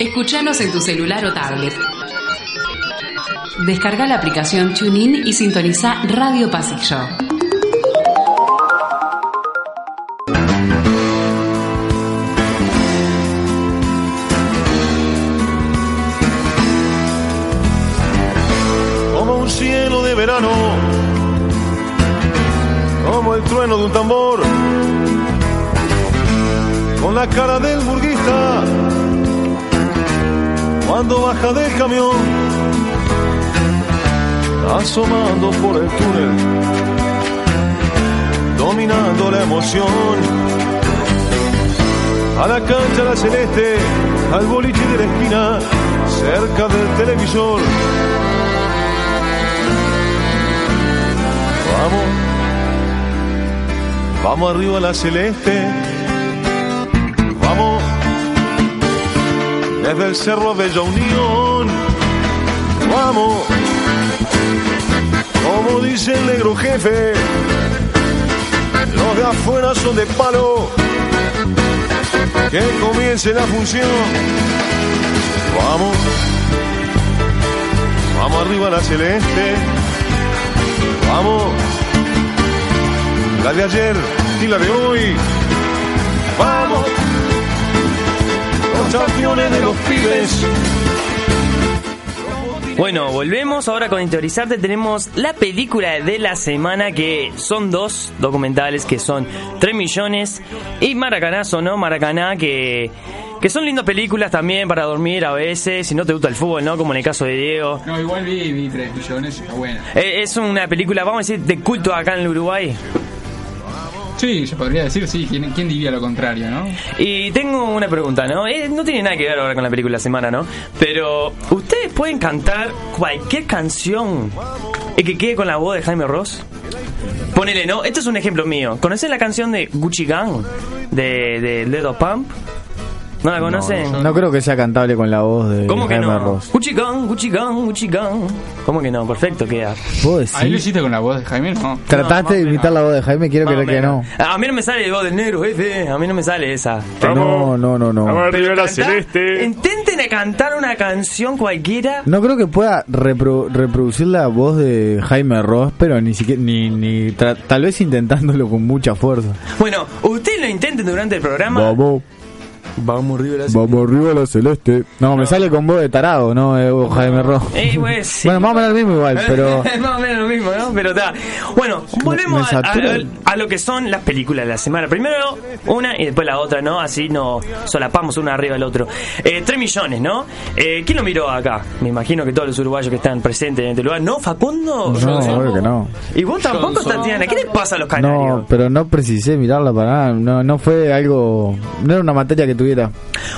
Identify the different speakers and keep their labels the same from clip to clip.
Speaker 1: Escúchanos en tu celular o tablet. Descarga la aplicación TuneIn y sintoniza Radio Pasillo.
Speaker 2: cielo de verano, como el trueno de un tambor, con la cara del burguista, cuando baja del camión, asomando por el túnel, dominando la emoción. A la cancha la celeste, al boliche de la esquina, cerca del televisor. Vamos, vamos arriba a la celeste. Vamos, desde el cerro Bella Unión. Vamos, como dice el negro jefe, los de afuera son de palo. Que comience la función. Vamos, vamos arriba a la celeste. Vamos. La de ayer y la de hoy. Vamos. Los campeones de los pibes.
Speaker 3: Bueno, volvemos ahora con Interiorizarte. Tenemos la película de la semana que son dos documentales que son 3 millones y Maracanazo, ¿no? Maracaná que, que son lindas películas también para dormir a veces si no te gusta el fútbol, ¿no? Como en el caso de Diego.
Speaker 4: No, igual vi, vi 3 millones, está buena.
Speaker 3: Eh, Es una película, vamos a decir, de culto acá en el Uruguay.
Speaker 4: Sí, yo podría decir, sí, ¿quién, quién diría lo contrario, no?
Speaker 3: Y tengo una pregunta, ¿no? Eh, no tiene nada que ver ahora con la película de la semana, ¿no? Pero ustedes pueden cantar cualquier canción y que quede con la voz de Jaime Ross. Ponele, ¿no? Este es un ejemplo mío. ¿Conocen la canción de Gucci Gang de, de Little Pump? ¿No la conocen?
Speaker 5: No creo que sea cantable con la voz de
Speaker 3: ¿Cómo que
Speaker 5: Jaime
Speaker 3: no?
Speaker 5: Ross.
Speaker 3: Gucci Gang, Gucci Gang, Gucci Gang. ¿Cómo que no? Perfecto queda.
Speaker 4: Ahí lo
Speaker 5: ¿Puedo decir?
Speaker 4: hiciste con la voz de Jaime, no.
Speaker 3: No, más
Speaker 5: ¿Trataste
Speaker 3: o
Speaker 5: de
Speaker 3: menos.
Speaker 5: imitar la voz de Jaime? Quiero
Speaker 3: Más o
Speaker 5: creer que no.
Speaker 3: menos. A mí no me sale el voz del negro, jefe. A mí no me sale esa.
Speaker 5: No, no, no, no.
Speaker 3: Pero cantá- Intenten a cantar una canción cualquiera.
Speaker 5: No creo que pueda repro- reproducir la voz de Jaime Ross, pero ni siquiera ni, ni tra- tal vez intentándolo con mucha fuerza.
Speaker 3: Bueno, ustedes lo intenten durante el programa.
Speaker 5: Vamos,
Speaker 3: Vamos, River.
Speaker 5: vamos arriba la celeste. No, me sale con voz de tarado, no, Eh, vos, Jaime Ross.
Speaker 3: Eh, pues, sí.
Speaker 5: Bueno, vamos a hablar mismo igual, pero
Speaker 3: Más o menos lo mismo, ¿no? Pero está. Bueno, volvemos
Speaker 5: me
Speaker 3: a,
Speaker 5: satura.
Speaker 3: a- a lo que son las películas de la semana. Primero una y después la otra, ¿no? Así no solapamos una arriba del otro. Eh, 3 millones, ¿no? Eh, ¿Quién lo miró acá? Me imagino que todos los uruguayos que están presentes en este lugar. ¿No, Facundo?
Speaker 5: No, obvio que no.
Speaker 3: Y vos tampoco,
Speaker 4: Johnson.
Speaker 3: Tatiana. ¿Qué les pasa a los canarios?
Speaker 5: no, pero no precisé mirarla para nada, no, no fue algo, no era una materia que tuviera.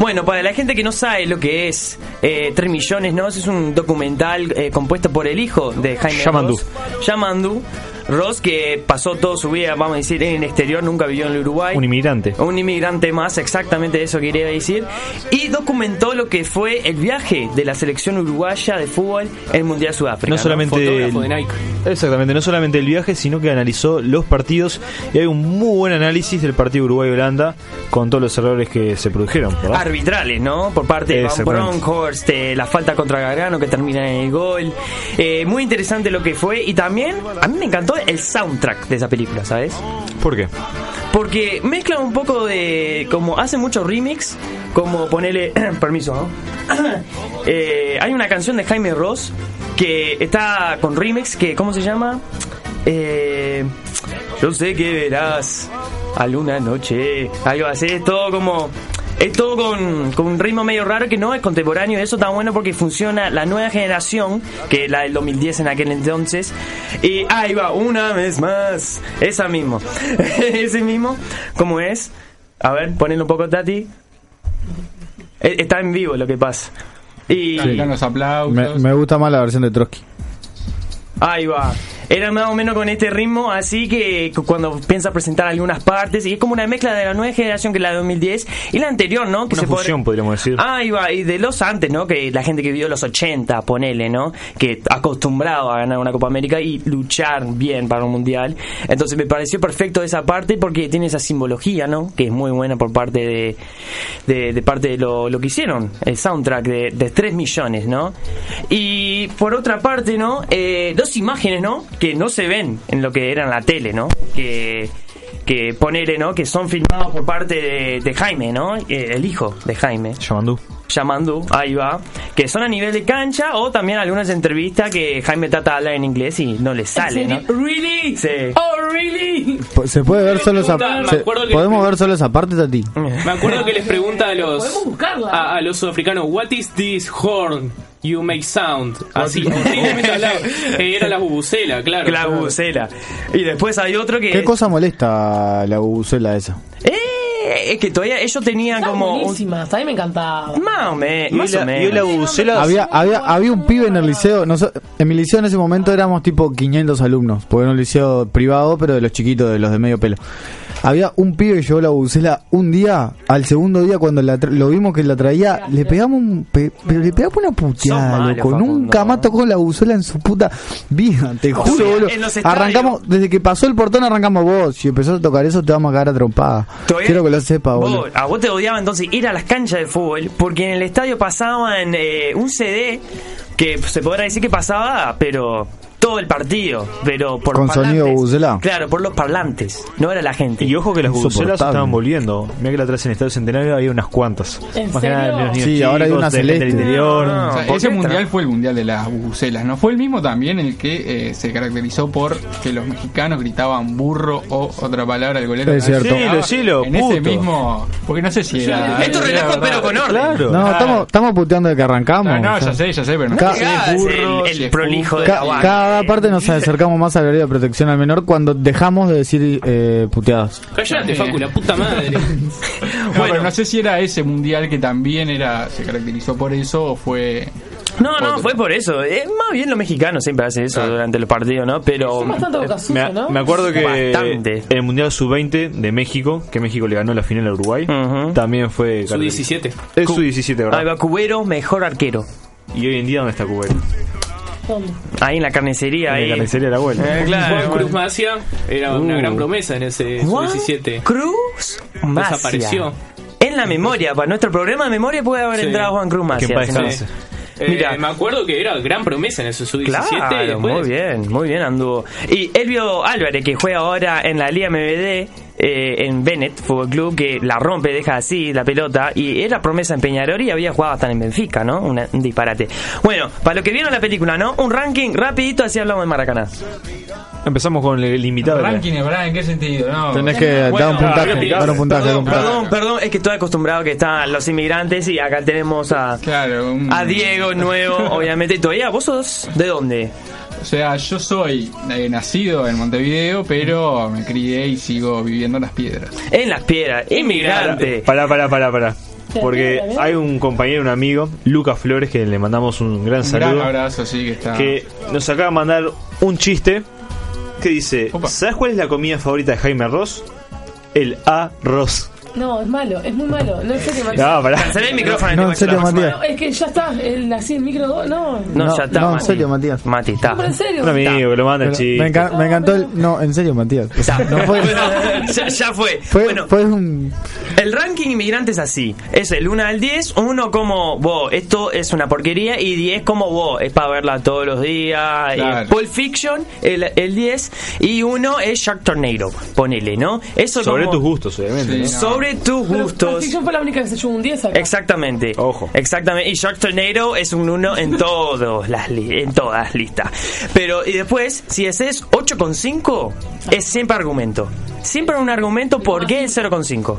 Speaker 3: Bueno, para la gente que no sabe lo que es eh, 3 millones, ¿no? Es un documental eh, compuesto por el hijo de Jaime
Speaker 6: Yamandú.
Speaker 3: Ross. Yamandú. Ross, que pasó toda su vida, vamos a decir, en el exterior, nunca vivió en el Uruguay.
Speaker 6: Un inmigrante.
Speaker 3: Un inmigrante más, exactamente eso quería decir. Y documentó lo que fue el viaje de la selección uruguaya de fútbol en el Mundial de Sudáfrica.
Speaker 6: No solamente.
Speaker 7: Fotógrafo
Speaker 6: el-
Speaker 7: de Nike.
Speaker 6: Exactamente, no solamente el viaje, sino que analizó los partidos y hay un muy buen análisis del partido Uruguay-Holanda con todos los errores que se produjeron. ¿verdad?
Speaker 3: arbitrales, ¿no? Por parte de Van
Speaker 6: Exactamente.
Speaker 3: Bronckhorst, eh, la falta contra Gargano que termina en el gol. Eh, muy interesante lo que fue. Y también, a mí me encantó el soundtrack de esa película, ¿sabes?
Speaker 6: ¿Por qué?
Speaker 3: Porque mezcla un poco de. Como hace mucho remix, como ponerle. permiso, ¿no? Eh, hay una canción de Jaime Ross que está con remix que. ¿Cómo se llama? Eh, yo sé que verás alguna noche. Algo así, es todo como. Es todo con, con un ritmo medio raro que no es contemporáneo. Eso está bueno porque funciona la nueva generación, que es la del 2010 en aquel entonces. Y ahí va, una vez más. Esa mismo. Ese mismo. ¿Cómo es? A ver, ponelo un poco, Tati. Eh, Está en vivo lo que pasa. Y
Speaker 4: Están los
Speaker 5: Me,
Speaker 4: aplausos.
Speaker 5: me gusta más la versión de Trotsky.
Speaker 3: ahí va. Era más o menos con este ritmo, así que cu- cuando piensa presentar algunas partes, y es como una mezcla de la nueva generación que es la de 2010 y la anterior, ¿no? Que
Speaker 6: Una
Speaker 3: podría-
Speaker 6: fusión, podríamos decir.
Speaker 3: Ahí va, Ah, y de los antes, ¿no? Que la gente que vivió los 80, ponele, ¿no? Que acostumbrado a ganar una Copa América y luchar bien para un mundial. Entonces me pareció perfecto esa parte porque tiene esa simbología, ¿no? Que es muy buena por parte de, de, de parte de lo, lo que hicieron, el soundtrack de, de 3 millones, ¿no? Y por otra parte, ¿no? Eh, dos imágenes, ¿no? Que no se ven en lo que era en la tele, ¿no? Que que ponele, ¿no? Que son filmados por parte de, de Jaime, ¿no? Eh, El hijo de Jaime,
Speaker 6: Yamandú.
Speaker 3: Yamandu, ahí va. Que son a nivel de cancha o también algunas entrevistas que Jaime trata de hablar en inglés y no le sale, ¿no?
Speaker 7: ¿Really?
Speaker 3: Sí.
Speaker 7: Oh, really?
Speaker 5: Po- ¿Se puede ver solo esa
Speaker 7: Puta, me
Speaker 5: se-
Speaker 7: acuerdo que- Eh,
Speaker 5: ¿Podemos ver solo esa parte, Tati?
Speaker 7: Me acuerdo que les pregunta a los
Speaker 8: Podemos ¿eh? buscarla.
Speaker 7: a, a los sudafricanos, what is this horn you make sound? Así, horriblemente hablado. Eh, era la bubucela, claro.
Speaker 3: La bucela. Y después hay otro que.
Speaker 5: ¿Qué cosa molesta la bubucela esa?
Speaker 3: Eh, es que todavía ellos tenían
Speaker 8: Estaban
Speaker 3: como. un-
Speaker 8: buenísimas, a mí me encantaba.
Speaker 3: Más o me-
Speaker 6: Y
Speaker 3: más o
Speaker 6: la- y la
Speaker 3: menos.
Speaker 6: bubucela-
Speaker 5: Había, había, había un pibe en el liceo. noso- en mi liceo en ese momento éramos tipo 500 alumnos, porque era un liceo privado, pero de los chiquitos, de los de medio pelo. Había un pibe que llevó la bubucela un día, al segundo día cuando la tra- lo vimos que la traía, le pegamos un pe- pero le pegamos una puteada,
Speaker 3: Sos malo,
Speaker 5: loco.
Speaker 3: Facundo.
Speaker 5: Nunca más tocó la bubucela en su puta vida, te
Speaker 3: O
Speaker 5: juro,
Speaker 3: sea,
Speaker 5: boludo.
Speaker 3: en los estadios-
Speaker 5: Arrancamos, desde que pasó el portón arrancamos vos, si empezás a tocar eso te vamos a cagar a trompada.
Speaker 3: Todavía-
Speaker 5: Quiero que lo sepas,
Speaker 3: Vos-
Speaker 5: boludo.
Speaker 3: A vos te odiaba entonces ir a las canchas de fútbol porque en el estadio pasaban eh, un CD que se podrá decir que pasaba, pero todo el partido, pero por
Speaker 5: Con
Speaker 3: parlantes.
Speaker 5: sonido bubucela.
Speaker 3: Claro, por los parlantes, no era la gente.
Speaker 6: Y ojo que las bubucelas
Speaker 5: Insoportable.
Speaker 6: estaban volviendo. Mira que la atrás en Estado Centenario había unas cuantas.
Speaker 8: ¿En
Speaker 6: Más que nada
Speaker 8: serio?
Speaker 6: de los niños
Speaker 5: Sí, ahora hay
Speaker 6: chicos,
Speaker 5: una
Speaker 6: de gente del
Speaker 5: celeste.
Speaker 6: interior.
Speaker 2: Ah,
Speaker 3: No,
Speaker 4: O sea,
Speaker 3: ¿por
Speaker 4: ese
Speaker 3: qué
Speaker 4: mundial
Speaker 3: tra-
Speaker 4: fue el mundial de las bubucelas, ¿no? Fue el mismo también el que eh, se caracterizó por que los mexicanos gritaban burro o otra palabra al golero.
Speaker 5: Es
Speaker 4: que
Speaker 5: cierto.
Speaker 4: estaba
Speaker 6: Decilo, decilo,
Speaker 4: En ese
Speaker 6: puto.
Speaker 4: mismo. Porque no sé si era.
Speaker 3: Esto
Speaker 4: era
Speaker 3: relajo,
Speaker 4: verdad.
Speaker 3: pero con orden.
Speaker 6: Claro.
Speaker 5: No, estamos, estamos puteando de que arrancamos.
Speaker 4: No, no,
Speaker 5: O sea,
Speaker 4: ya sé, ya sé, pero no.
Speaker 5: Ca-
Speaker 4: sé si es
Speaker 3: Es
Speaker 4: burro,
Speaker 3: el- el
Speaker 4: si es
Speaker 3: prolijo
Speaker 4: puto.
Speaker 3: de-
Speaker 5: Ca-
Speaker 3: Aguante.
Speaker 5: cada parte nos acercamos más al área de protección al menor cuando dejamos de decir eh, puteadas.
Speaker 7: Cállate, Facu, la puta madre.
Speaker 4: No,
Speaker 3: Bueno.
Speaker 4: pero no sé si era ese mundial que también era se caracterizó por eso o fue.
Speaker 3: No, no, fue por eso. Eh, más bien los mexicanos siempre hacen eso durante los partidos, ¿no? Pero
Speaker 8: Son bastante boca
Speaker 6: Me,
Speaker 8: sucia, ¿no?
Speaker 6: me acuerdo que
Speaker 3: Bastante.
Speaker 6: en el Mundial Sub-20 de México, que México le ganó la final a Uruguay,
Speaker 3: Ujú.
Speaker 6: también fue...
Speaker 7: Su 17.
Speaker 3: Eh,
Speaker 6: Es Sub-17, ¿verdad?
Speaker 3: ahí va Cubero, mejor arquero.
Speaker 6: Y hoy en día, ¿dónde está Cubero?
Speaker 8: ¿Dónde?
Speaker 3: Ahí en la carnicería, ahí.
Speaker 6: En la carnicería de la abuela.
Speaker 3: Eh,
Speaker 7: Juan
Speaker 3: claro. Uh.
Speaker 7: Cruz Macia era una gran promesa en ese su
Speaker 3: Juan
Speaker 7: 17.
Speaker 3: Cruz Macia.
Speaker 7: Desapareció.
Speaker 3: En la memoria, para nuestro programa de memoria puede haber
Speaker 7: Sí.
Speaker 3: entrado Juan Cruz Macia.
Speaker 6: Que en paz
Speaker 3: si no-
Speaker 6: descanse.
Speaker 7: Eh,
Speaker 3: Mirá.
Speaker 7: me acuerdo que era gran promesa en ese su 17
Speaker 3: Claro,
Speaker 7: y después
Speaker 3: muy bien, muy bien anduvo. Y Elvio Álvarez, que juega ahora en la Liga MBD, eh, en Bennett Fútbol Club, que la rompe, deja así la pelota, y era promesa en Peñarol y había jugado hasta en Benfica, ¿no? Una- un disparate. Bueno, para los que vieron la película, ¿no? Un ranking rapidito, así hablamos de Maracaná.
Speaker 6: Empezamos con el, el invitado.
Speaker 4: Ranking, ¿verdad? ¿En qué sentido? No.
Speaker 5: Tenés que
Speaker 4: Bueno,
Speaker 5: dar un puntaje,
Speaker 7: claro,
Speaker 5: dar un puntaje, dar un puntaje.
Speaker 3: Perdón, perdón, es que estoy acostumbrado que están los inmigrantes y acá tenemos a...
Speaker 4: Claro, un-
Speaker 3: A Diego nuevo, obviamente. Y Todavía, ¿vos sos de dónde?
Speaker 4: O sea, yo soy eh, nacido en Montevideo, pero me crié y sigo viviendo en las piedras.
Speaker 3: En las piedras, inmigrante.
Speaker 6: Eh, Pará, pará, pará, pará.
Speaker 8: Sí,
Speaker 6: Porque
Speaker 8: sí, sí.
Speaker 6: hay un compañero, un amigo, Lucas Flores, que le mandamos un gran
Speaker 4: Un gran
Speaker 6: saludo.
Speaker 4: abrazo, sí, que está.
Speaker 6: que nos acaba de mandar un chiste que dice:
Speaker 4: Opa.
Speaker 6: ¿Sabes cuál es la comida favorita de Jaime Ross? El arroz.
Speaker 8: No, es malo, es muy malo. No sé qué más.
Speaker 6: No, Ah, pará.
Speaker 3: Cancelé el micrófono. te
Speaker 5: No, en
Speaker 3: voy a hacer
Speaker 5: serio,
Speaker 3: la
Speaker 5: Matías.
Speaker 8: No, es que ya está, el, así el micro. do- No, no,
Speaker 3: No,
Speaker 5: No,
Speaker 3: ya está.
Speaker 5: no, en
Speaker 3: Mati.
Speaker 5: serio, Matías.
Speaker 3: Mati, está.
Speaker 8: pero en serio.
Speaker 6: Un amigo que lo manda el
Speaker 5: Pero
Speaker 6: chiste.
Speaker 5: Me, enca- me encantó el. No, en serio, Matías. O sea, no fue,
Speaker 3: ya, ya fue.
Speaker 5: fue,
Speaker 3: Bueno,
Speaker 5: fue un.
Speaker 3: el ranking inmigrante es así: es el 1 al 10, 1 como vos, esto es una porquería, y 10 como vos, es para verla todos los días.
Speaker 4: Claro.
Speaker 3: eh, Pulp Fiction, el, el 10, y 1 es Shark Tornado, ponele, ¿no? Eso
Speaker 6: Sobre
Speaker 3: como-
Speaker 6: tus gustos, obviamente.
Speaker 4: Sí.
Speaker 3: Sobre tus
Speaker 8: Pero Pulp
Speaker 3: gustos.
Speaker 8: Fiction fue la única que se llevó un 10 acá.
Speaker 3: Exactamente.
Speaker 6: Ojo.
Speaker 3: Exactamente. Y Shark Tornado es un 1 en todas las li- en todas listas. Pero y después, si ese es 8,5, es siempre argumento. Siempre un argumento por qué el 0,5.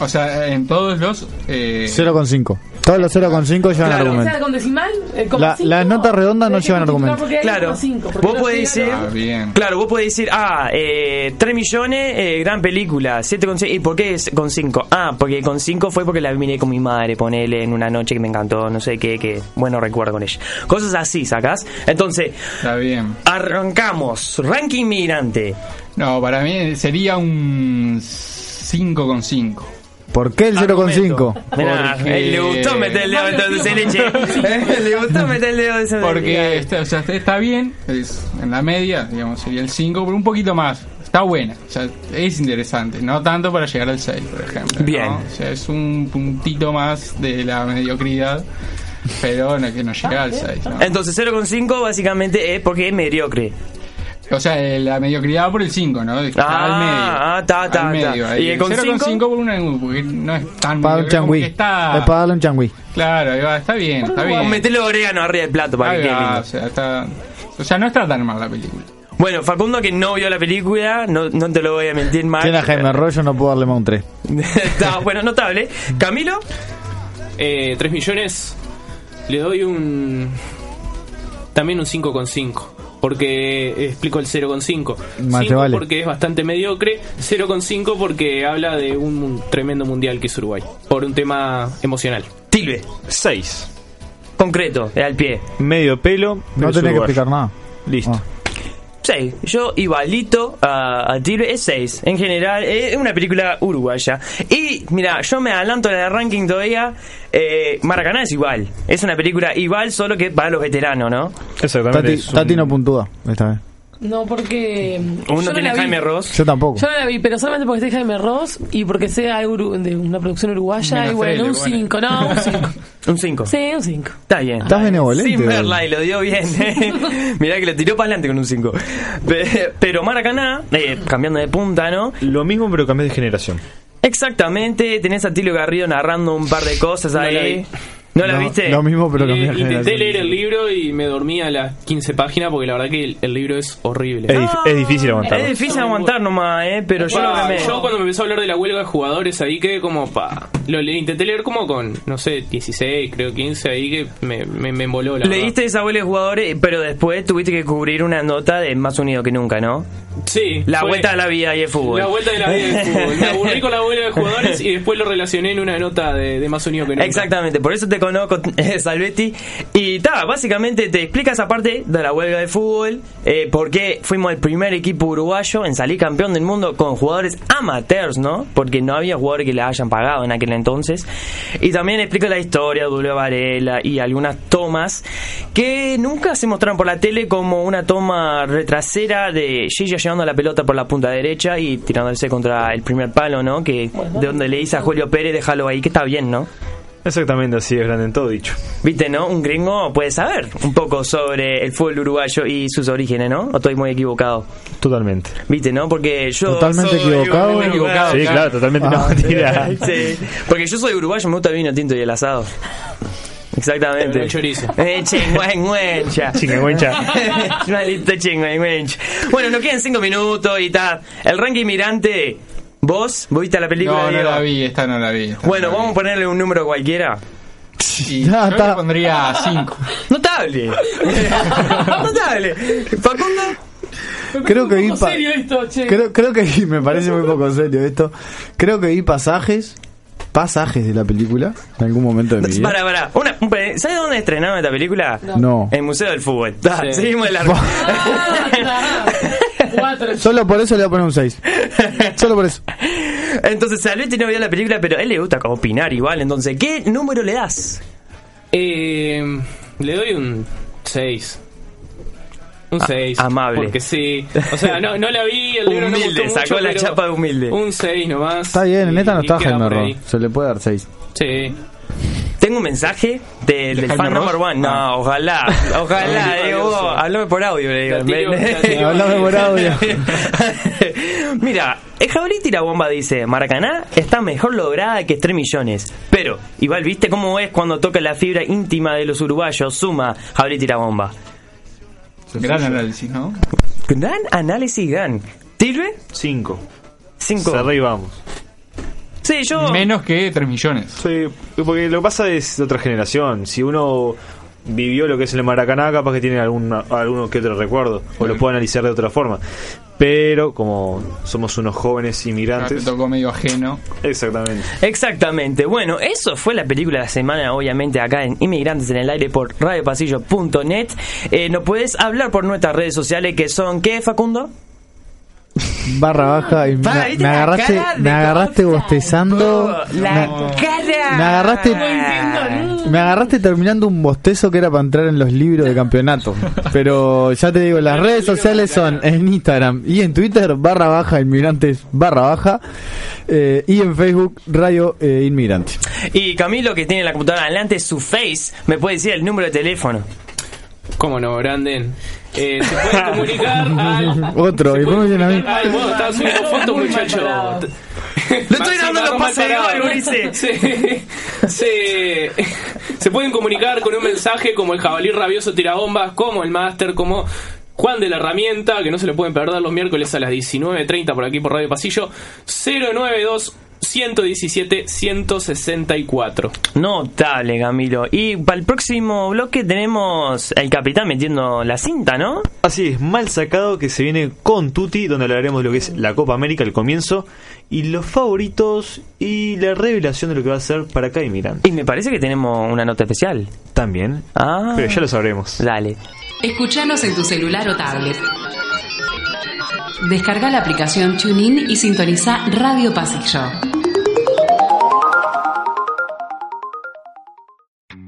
Speaker 4: O sea, en todos los. Eh,
Speaker 5: 0,5. Todos los 0,5 llevan
Speaker 3: Claro.
Speaker 8: O sea,
Speaker 5: argumento.
Speaker 8: con decimal, eh, coma
Speaker 5: La-
Speaker 8: cinco,
Speaker 5: las notas redondas no
Speaker 8: tenés que
Speaker 5: llevan
Speaker 8: multiplicar
Speaker 5: argumento.
Speaker 8: porque hay
Speaker 3: Claro,
Speaker 8: coma cinco, porque
Speaker 3: vos
Speaker 8: no
Speaker 3: podés
Speaker 8: llega.
Speaker 3: decir,
Speaker 4: Ah, bien.
Speaker 3: claro, vos podés decir, ah, eh, 3 millones, eh, gran película, 7,6, ¿y por qué es con 5? Ah, porque con 5 fue porque la miré con mi madre, ponele, en una noche que me encantó, no sé qué, qué, bueno recuerdo con ella. Cosas así, ¿sacás? Entonces,
Speaker 4: Está bien.
Speaker 3: arrancamos, ranking migrante.
Speaker 4: No, para mí sería un 5,5.
Speaker 5: ¿Por qué el 0,5?
Speaker 3: Mirá, eh,
Speaker 4: Porque-
Speaker 3: le gustó meter el dedo entonces en leche. le gustó meter el dedo en
Speaker 4: Porque está, o sea, está bien, es en la media, digamos, sería el 5, pero un poquito más. Está buena, o sea, es interesante. No tanto para llegar al 6, por ejemplo. ¿no?
Speaker 3: Bien.
Speaker 4: O sea, es un puntito más de la mediocridad, pero no, que no llega al 6. ¿no?
Speaker 3: Entonces 0,5 básicamente es porque es mediocre.
Speaker 4: O sea, eh, la mediocridad por el 5, ¿no? Está
Speaker 3: Ah,
Speaker 4: al medio.
Speaker 3: ah, ta, ta,
Speaker 4: al medio.
Speaker 3: ta.
Speaker 4: ahí.
Speaker 3: ¿Y el
Speaker 4: el
Speaker 3: con
Speaker 4: 0,5
Speaker 3: cinco?
Speaker 4: por una, porque no es tan
Speaker 5: Para un
Speaker 4: mediocre, como
Speaker 5: changüí.
Speaker 4: que
Speaker 5: Es
Speaker 4: está...
Speaker 5: para darle un changüí.
Speaker 4: Claro, ahí va, está bien, está
Speaker 3: O
Speaker 4: bien.
Speaker 3: metele orégano arriba del plato para
Speaker 4: Ahí
Speaker 3: que quede
Speaker 4: va,
Speaker 3: lindo.
Speaker 4: o sea, está... O sea, no está tan mal la película.
Speaker 3: Bueno, Facundo que no vio la película, no, no te lo voy a mentir más.
Speaker 5: Tiene a Jaime Rollo, no puedo darle más un 3.
Speaker 3: Está bueno, notable. Camilo,
Speaker 7: Eh, 3 millones. Le doy un. También un 5,5. Porque explico el 0,5.
Speaker 5: Más te
Speaker 7: 5
Speaker 5: vale.
Speaker 7: porque es bastante mediocre. 0,5 porque habla de un tremendo mundial que es Uruguay. Por un tema emocional.
Speaker 6: Eh,
Speaker 3: Tilbe,
Speaker 6: 6.
Speaker 3: concreto, eh, al pie.
Speaker 6: Medio pelo. pero
Speaker 5: No
Speaker 6: es
Speaker 5: tenía que
Speaker 6: uruguayo.
Speaker 5: explicar nada.
Speaker 6: Listo.
Speaker 5: Ah.
Speaker 3: 6. Yo igualito a, a Tilbe, es 6. En general, eh, es una película uruguaya. Y mira, yo me adelanto en el ranking todavía. Eh, Maracaná es igual. Es una película igual, solo que para los veteranos, ¿no?
Speaker 6: Exactamente.
Speaker 5: Tati,
Speaker 6: es un-
Speaker 5: Tati no puntúa esta vez.
Speaker 8: No, porque. mm, yo
Speaker 3: Uno
Speaker 8: no
Speaker 3: tiene
Speaker 8: la vi.
Speaker 3: Jaime Ross.
Speaker 5: Yo tampoco.
Speaker 8: Yo no la vi, pero solamente porque esté Jaime Ross y porque sea uru- de una producción uruguaya.
Speaker 4: Menos
Speaker 8: y bueno,
Speaker 4: tele,
Speaker 8: un
Speaker 4: bueno.
Speaker 8: 5, no, un 5.
Speaker 3: Un 5.
Speaker 8: sí, un 5.
Speaker 3: Está bien.
Speaker 5: Estás benevolente,
Speaker 3: Sin
Speaker 5: Dani.
Speaker 3: verla y lo dio bien. ¿eh? Mirá que lo tiró para adelante con un 5. Pero Maracaná, eh, cambiando de punta, ¿no?
Speaker 6: Lo mismo, pero cambié de generación.
Speaker 3: Exactamente, tenés a Tilio Garrido narrando un par de cosas
Speaker 7: la
Speaker 3: ahí.
Speaker 7: vi.
Speaker 3: ¿No la
Speaker 5: No,
Speaker 3: viste?
Speaker 5: Lo mismo, pero
Speaker 7: Eh,
Speaker 5: cambié de
Speaker 7: intenté
Speaker 5: generación.
Speaker 7: leer el libro y me dormí a las 15 páginas porque la verdad que el, el libro es horrible.
Speaker 6: Es, dif- Ah, es difícil
Speaker 3: Es
Speaker 6: aguantarlo.
Speaker 3: difícil aguantar nomás, ¿eh? Pero yo lo
Speaker 7: Ah,
Speaker 3: cambié.
Speaker 7: yo cuando me empezó a hablar de la huelga de jugadores ahí quedé como pa. Lo le- intenté leer como con, no sé, 16, creo 15 ahí que me, me, me emboló la verdad.
Speaker 3: Leíste esa huelga de jugadores, pero después tuviste que cubrir una nota de Más Unido que Nunca, ¿no?
Speaker 7: Sí.
Speaker 3: La
Speaker 7: fue-
Speaker 3: vuelta a la vida y el fútbol.
Speaker 7: La vuelta de la vida del fútbol. Me aburrí con la huelga de jugadores y después lo relacioné en una nota de, de más unido que nunca.
Speaker 3: Exactamente, por eso te conozco, Salvetti. Y ta, básicamente te explica esa parte de la huelga de fútbol, eh, por qué fuimos el primer equipo uruguayo en salir campeón del mundo con jugadores amateurs, ¿no? Porque no había jugadores que le hayan pagado en aquel entonces. Y también explica la historia de Julio Varela y algunas tomas que nunca se mostraron por la tele como una toma retrasera de Gilla llevando la pelota por la punta derecha y tirándose contra el primer palo, ¿no? Que de donde le dice a Julio Pérez, déjalo ahí, que está bien, ¿no?
Speaker 6: Exactamente así es, grande en todo dicho.
Speaker 3: Viste, ¿no? Un gringo puede saber un poco sobre el fútbol uruguayo y sus orígenes, ¿no? ¿O estoy muy equivocado?
Speaker 6: Totalmente.
Speaker 3: Viste, ¿no? Porque yo...
Speaker 5: Totalmente
Speaker 3: soy
Speaker 5: equivocado.
Speaker 3: muy equivocado.
Speaker 6: sí, claro, totalmente
Speaker 5: Ah.
Speaker 6: no, mentira.
Speaker 3: Sí. Porque yo soy uruguayo, me gusta el vino tinto y el asado. Exactamente.
Speaker 7: Pero no chorizo.
Speaker 3: Eh, chingüengüencha.
Speaker 6: Chingüengüencha.
Speaker 3: Maldito chingüengüencha. Bueno, nos quedan cinco minutos y tal. El ranking mirante... ¿Vos? ¿Vos viste la película?
Speaker 4: No, no
Speaker 3: Diego?
Speaker 4: la vi, esta no la vi. esta
Speaker 3: Bueno,
Speaker 4: no la
Speaker 3: vamos a
Speaker 4: vi.
Speaker 3: ponerle un número cualquiera.
Speaker 4: Y
Speaker 5: Ya
Speaker 4: yo
Speaker 5: está.
Speaker 4: le pondría 5.
Speaker 3: Notable. Notable. Facundo.
Speaker 5: Creo que vi
Speaker 8: ¿En
Speaker 5: pa-
Speaker 8: serio este. esto, che?
Speaker 5: Creo, creo que vi- me parece muy poco serio esto. Creo que vi pasajes, pasajes de la película en algún momento de mi vida.
Speaker 3: Para, para. Una, un pe- ¿Sabes dónde estrenaron esta película?
Speaker 5: No.
Speaker 3: En el Museo del Fútbol. Da,
Speaker 7: Sí.
Speaker 3: Seguimos el largo.
Speaker 8: Ah, está. Cuatro.
Speaker 5: Solo por eso le voy a poner un 6. Solo por eso.
Speaker 3: Entonces, Salvetti no vio la película, pero a él le gusta como opinar igual. Entonces, ¿qué número le das?
Speaker 7: Eh, le doy un 6. Un 6.
Speaker 3: Ah, amable.
Speaker 7: Porque sí. O sea, no, no la vi, el libro no me
Speaker 3: Humilde,
Speaker 7: gustó
Speaker 3: sacó
Speaker 7: mucho,
Speaker 3: la
Speaker 7: pero
Speaker 3: chapa de humilde.
Speaker 7: Un 6 nomás.
Speaker 5: Está bien, en
Speaker 7: Y-
Speaker 5: esta no
Speaker 7: y
Speaker 5: está
Speaker 7: queda
Speaker 5: Jaime
Speaker 7: por ahí.
Speaker 5: Ross. Se le puede dar 6.
Speaker 7: Sí.
Speaker 3: Tengo un mensaje de- del
Speaker 4: Jaime
Speaker 3: fan
Speaker 4: Ross?
Speaker 3: number one. No,
Speaker 4: Ah.
Speaker 3: ojalá. Ojalá,
Speaker 7: Ay,
Speaker 3: digo,
Speaker 7: valioso.
Speaker 3: vos, hablame por audio, le digo.
Speaker 7: La tiro, la tiro.
Speaker 5: Hablame por audio.
Speaker 3: Mira, el Jabalí Tirabomba dice, Maracaná está mejor lograda que 3 millones. Pero, igual, ¿viste cómo es cuando toca la fibra íntima de los uruguayos? Suma, Jabalí Tirabomba.
Speaker 4: Gran análisis, ¿no?
Speaker 3: Gran análisis, gran. ¿Tilbe?
Speaker 6: 5.
Speaker 3: 5.
Speaker 6: Cerré y vamos.
Speaker 3: Sí, yo.
Speaker 4: Menos que 3 millones.
Speaker 6: Sí, porque lo que pasa es de otra generación. Si uno vivió lo que es el Maracaná, capaz que tiene alguna, alguno que otro recuerdo, o lo
Speaker 4: Claro.
Speaker 6: puede analizar de otra forma. Pero como somos unos jóvenes
Speaker 4: Ah, Te
Speaker 6: inmigrantes,
Speaker 4: tocó medio ajeno.
Speaker 6: exactamente.
Speaker 3: Exactamente. Bueno, eso fue la película de la semana, obviamente, acá en Inmigrantes en el Aire por radiopasillo.net. Eh, nos puedes hablar por nuestras redes sociales que son, ¿qué, Facundo?
Speaker 5: Barra baja y me,
Speaker 3: Para, ¿viste
Speaker 5: me
Speaker 3: la
Speaker 5: agarraste,
Speaker 3: cara de
Speaker 5: me agarraste bostezando.
Speaker 3: La
Speaker 5: me-
Speaker 3: cara.
Speaker 5: Me agarraste- No Me agarraste terminando un bostezo que era para entrar en los libros de campeonato. Pero ya te digo, las redes sociales son en Instagram y en Twitter, barra baja inmigrantes, barra baja. eh, y en Facebook, Radio eh, Inmigrante.
Speaker 3: Y Camilo, que tiene la computadora adelante, su face, me puede decir el número de teléfono.
Speaker 7: ¿Cómo no, Branden? Eh, se puede comunicar al.
Speaker 5: Otro, y
Speaker 7: se puede
Speaker 5: después me viene a mí.
Speaker 7: comunicar- Ay, vos estás subiendo fotos,
Speaker 8: Muy mal
Speaker 7: muchacho.
Speaker 8: parado.
Speaker 3: Le estoy dando los pases de gol, Ulises.
Speaker 7: Sí. Se, se pueden comunicar con un mensaje como el jabalí rabioso tirabombas, como el máster, como Juan de la Herramienta, que no se lo pueden perder los miércoles a las 19.30 por aquí por Radio Pasillo, 092 117 164.
Speaker 3: Notable, Camilo. Y para el próximo bloque tenemos el capitán metiendo la cinta, ¿no?
Speaker 6: Así es, mal sacado que se viene con Tutti, donde hablaremos de lo que es la Copa América al comienzo, y los favoritos y la revelación de lo que va a ser para cada inmigrante.
Speaker 3: Y me parece que tenemos una nota especial.
Speaker 6: También,
Speaker 3: Ah.
Speaker 6: pero ya lo sabremos.
Speaker 3: Dale.
Speaker 1: Escuchanos en tu celular o tablet. Descarga la aplicación TuneIn y sintoniza Radio Pasillo.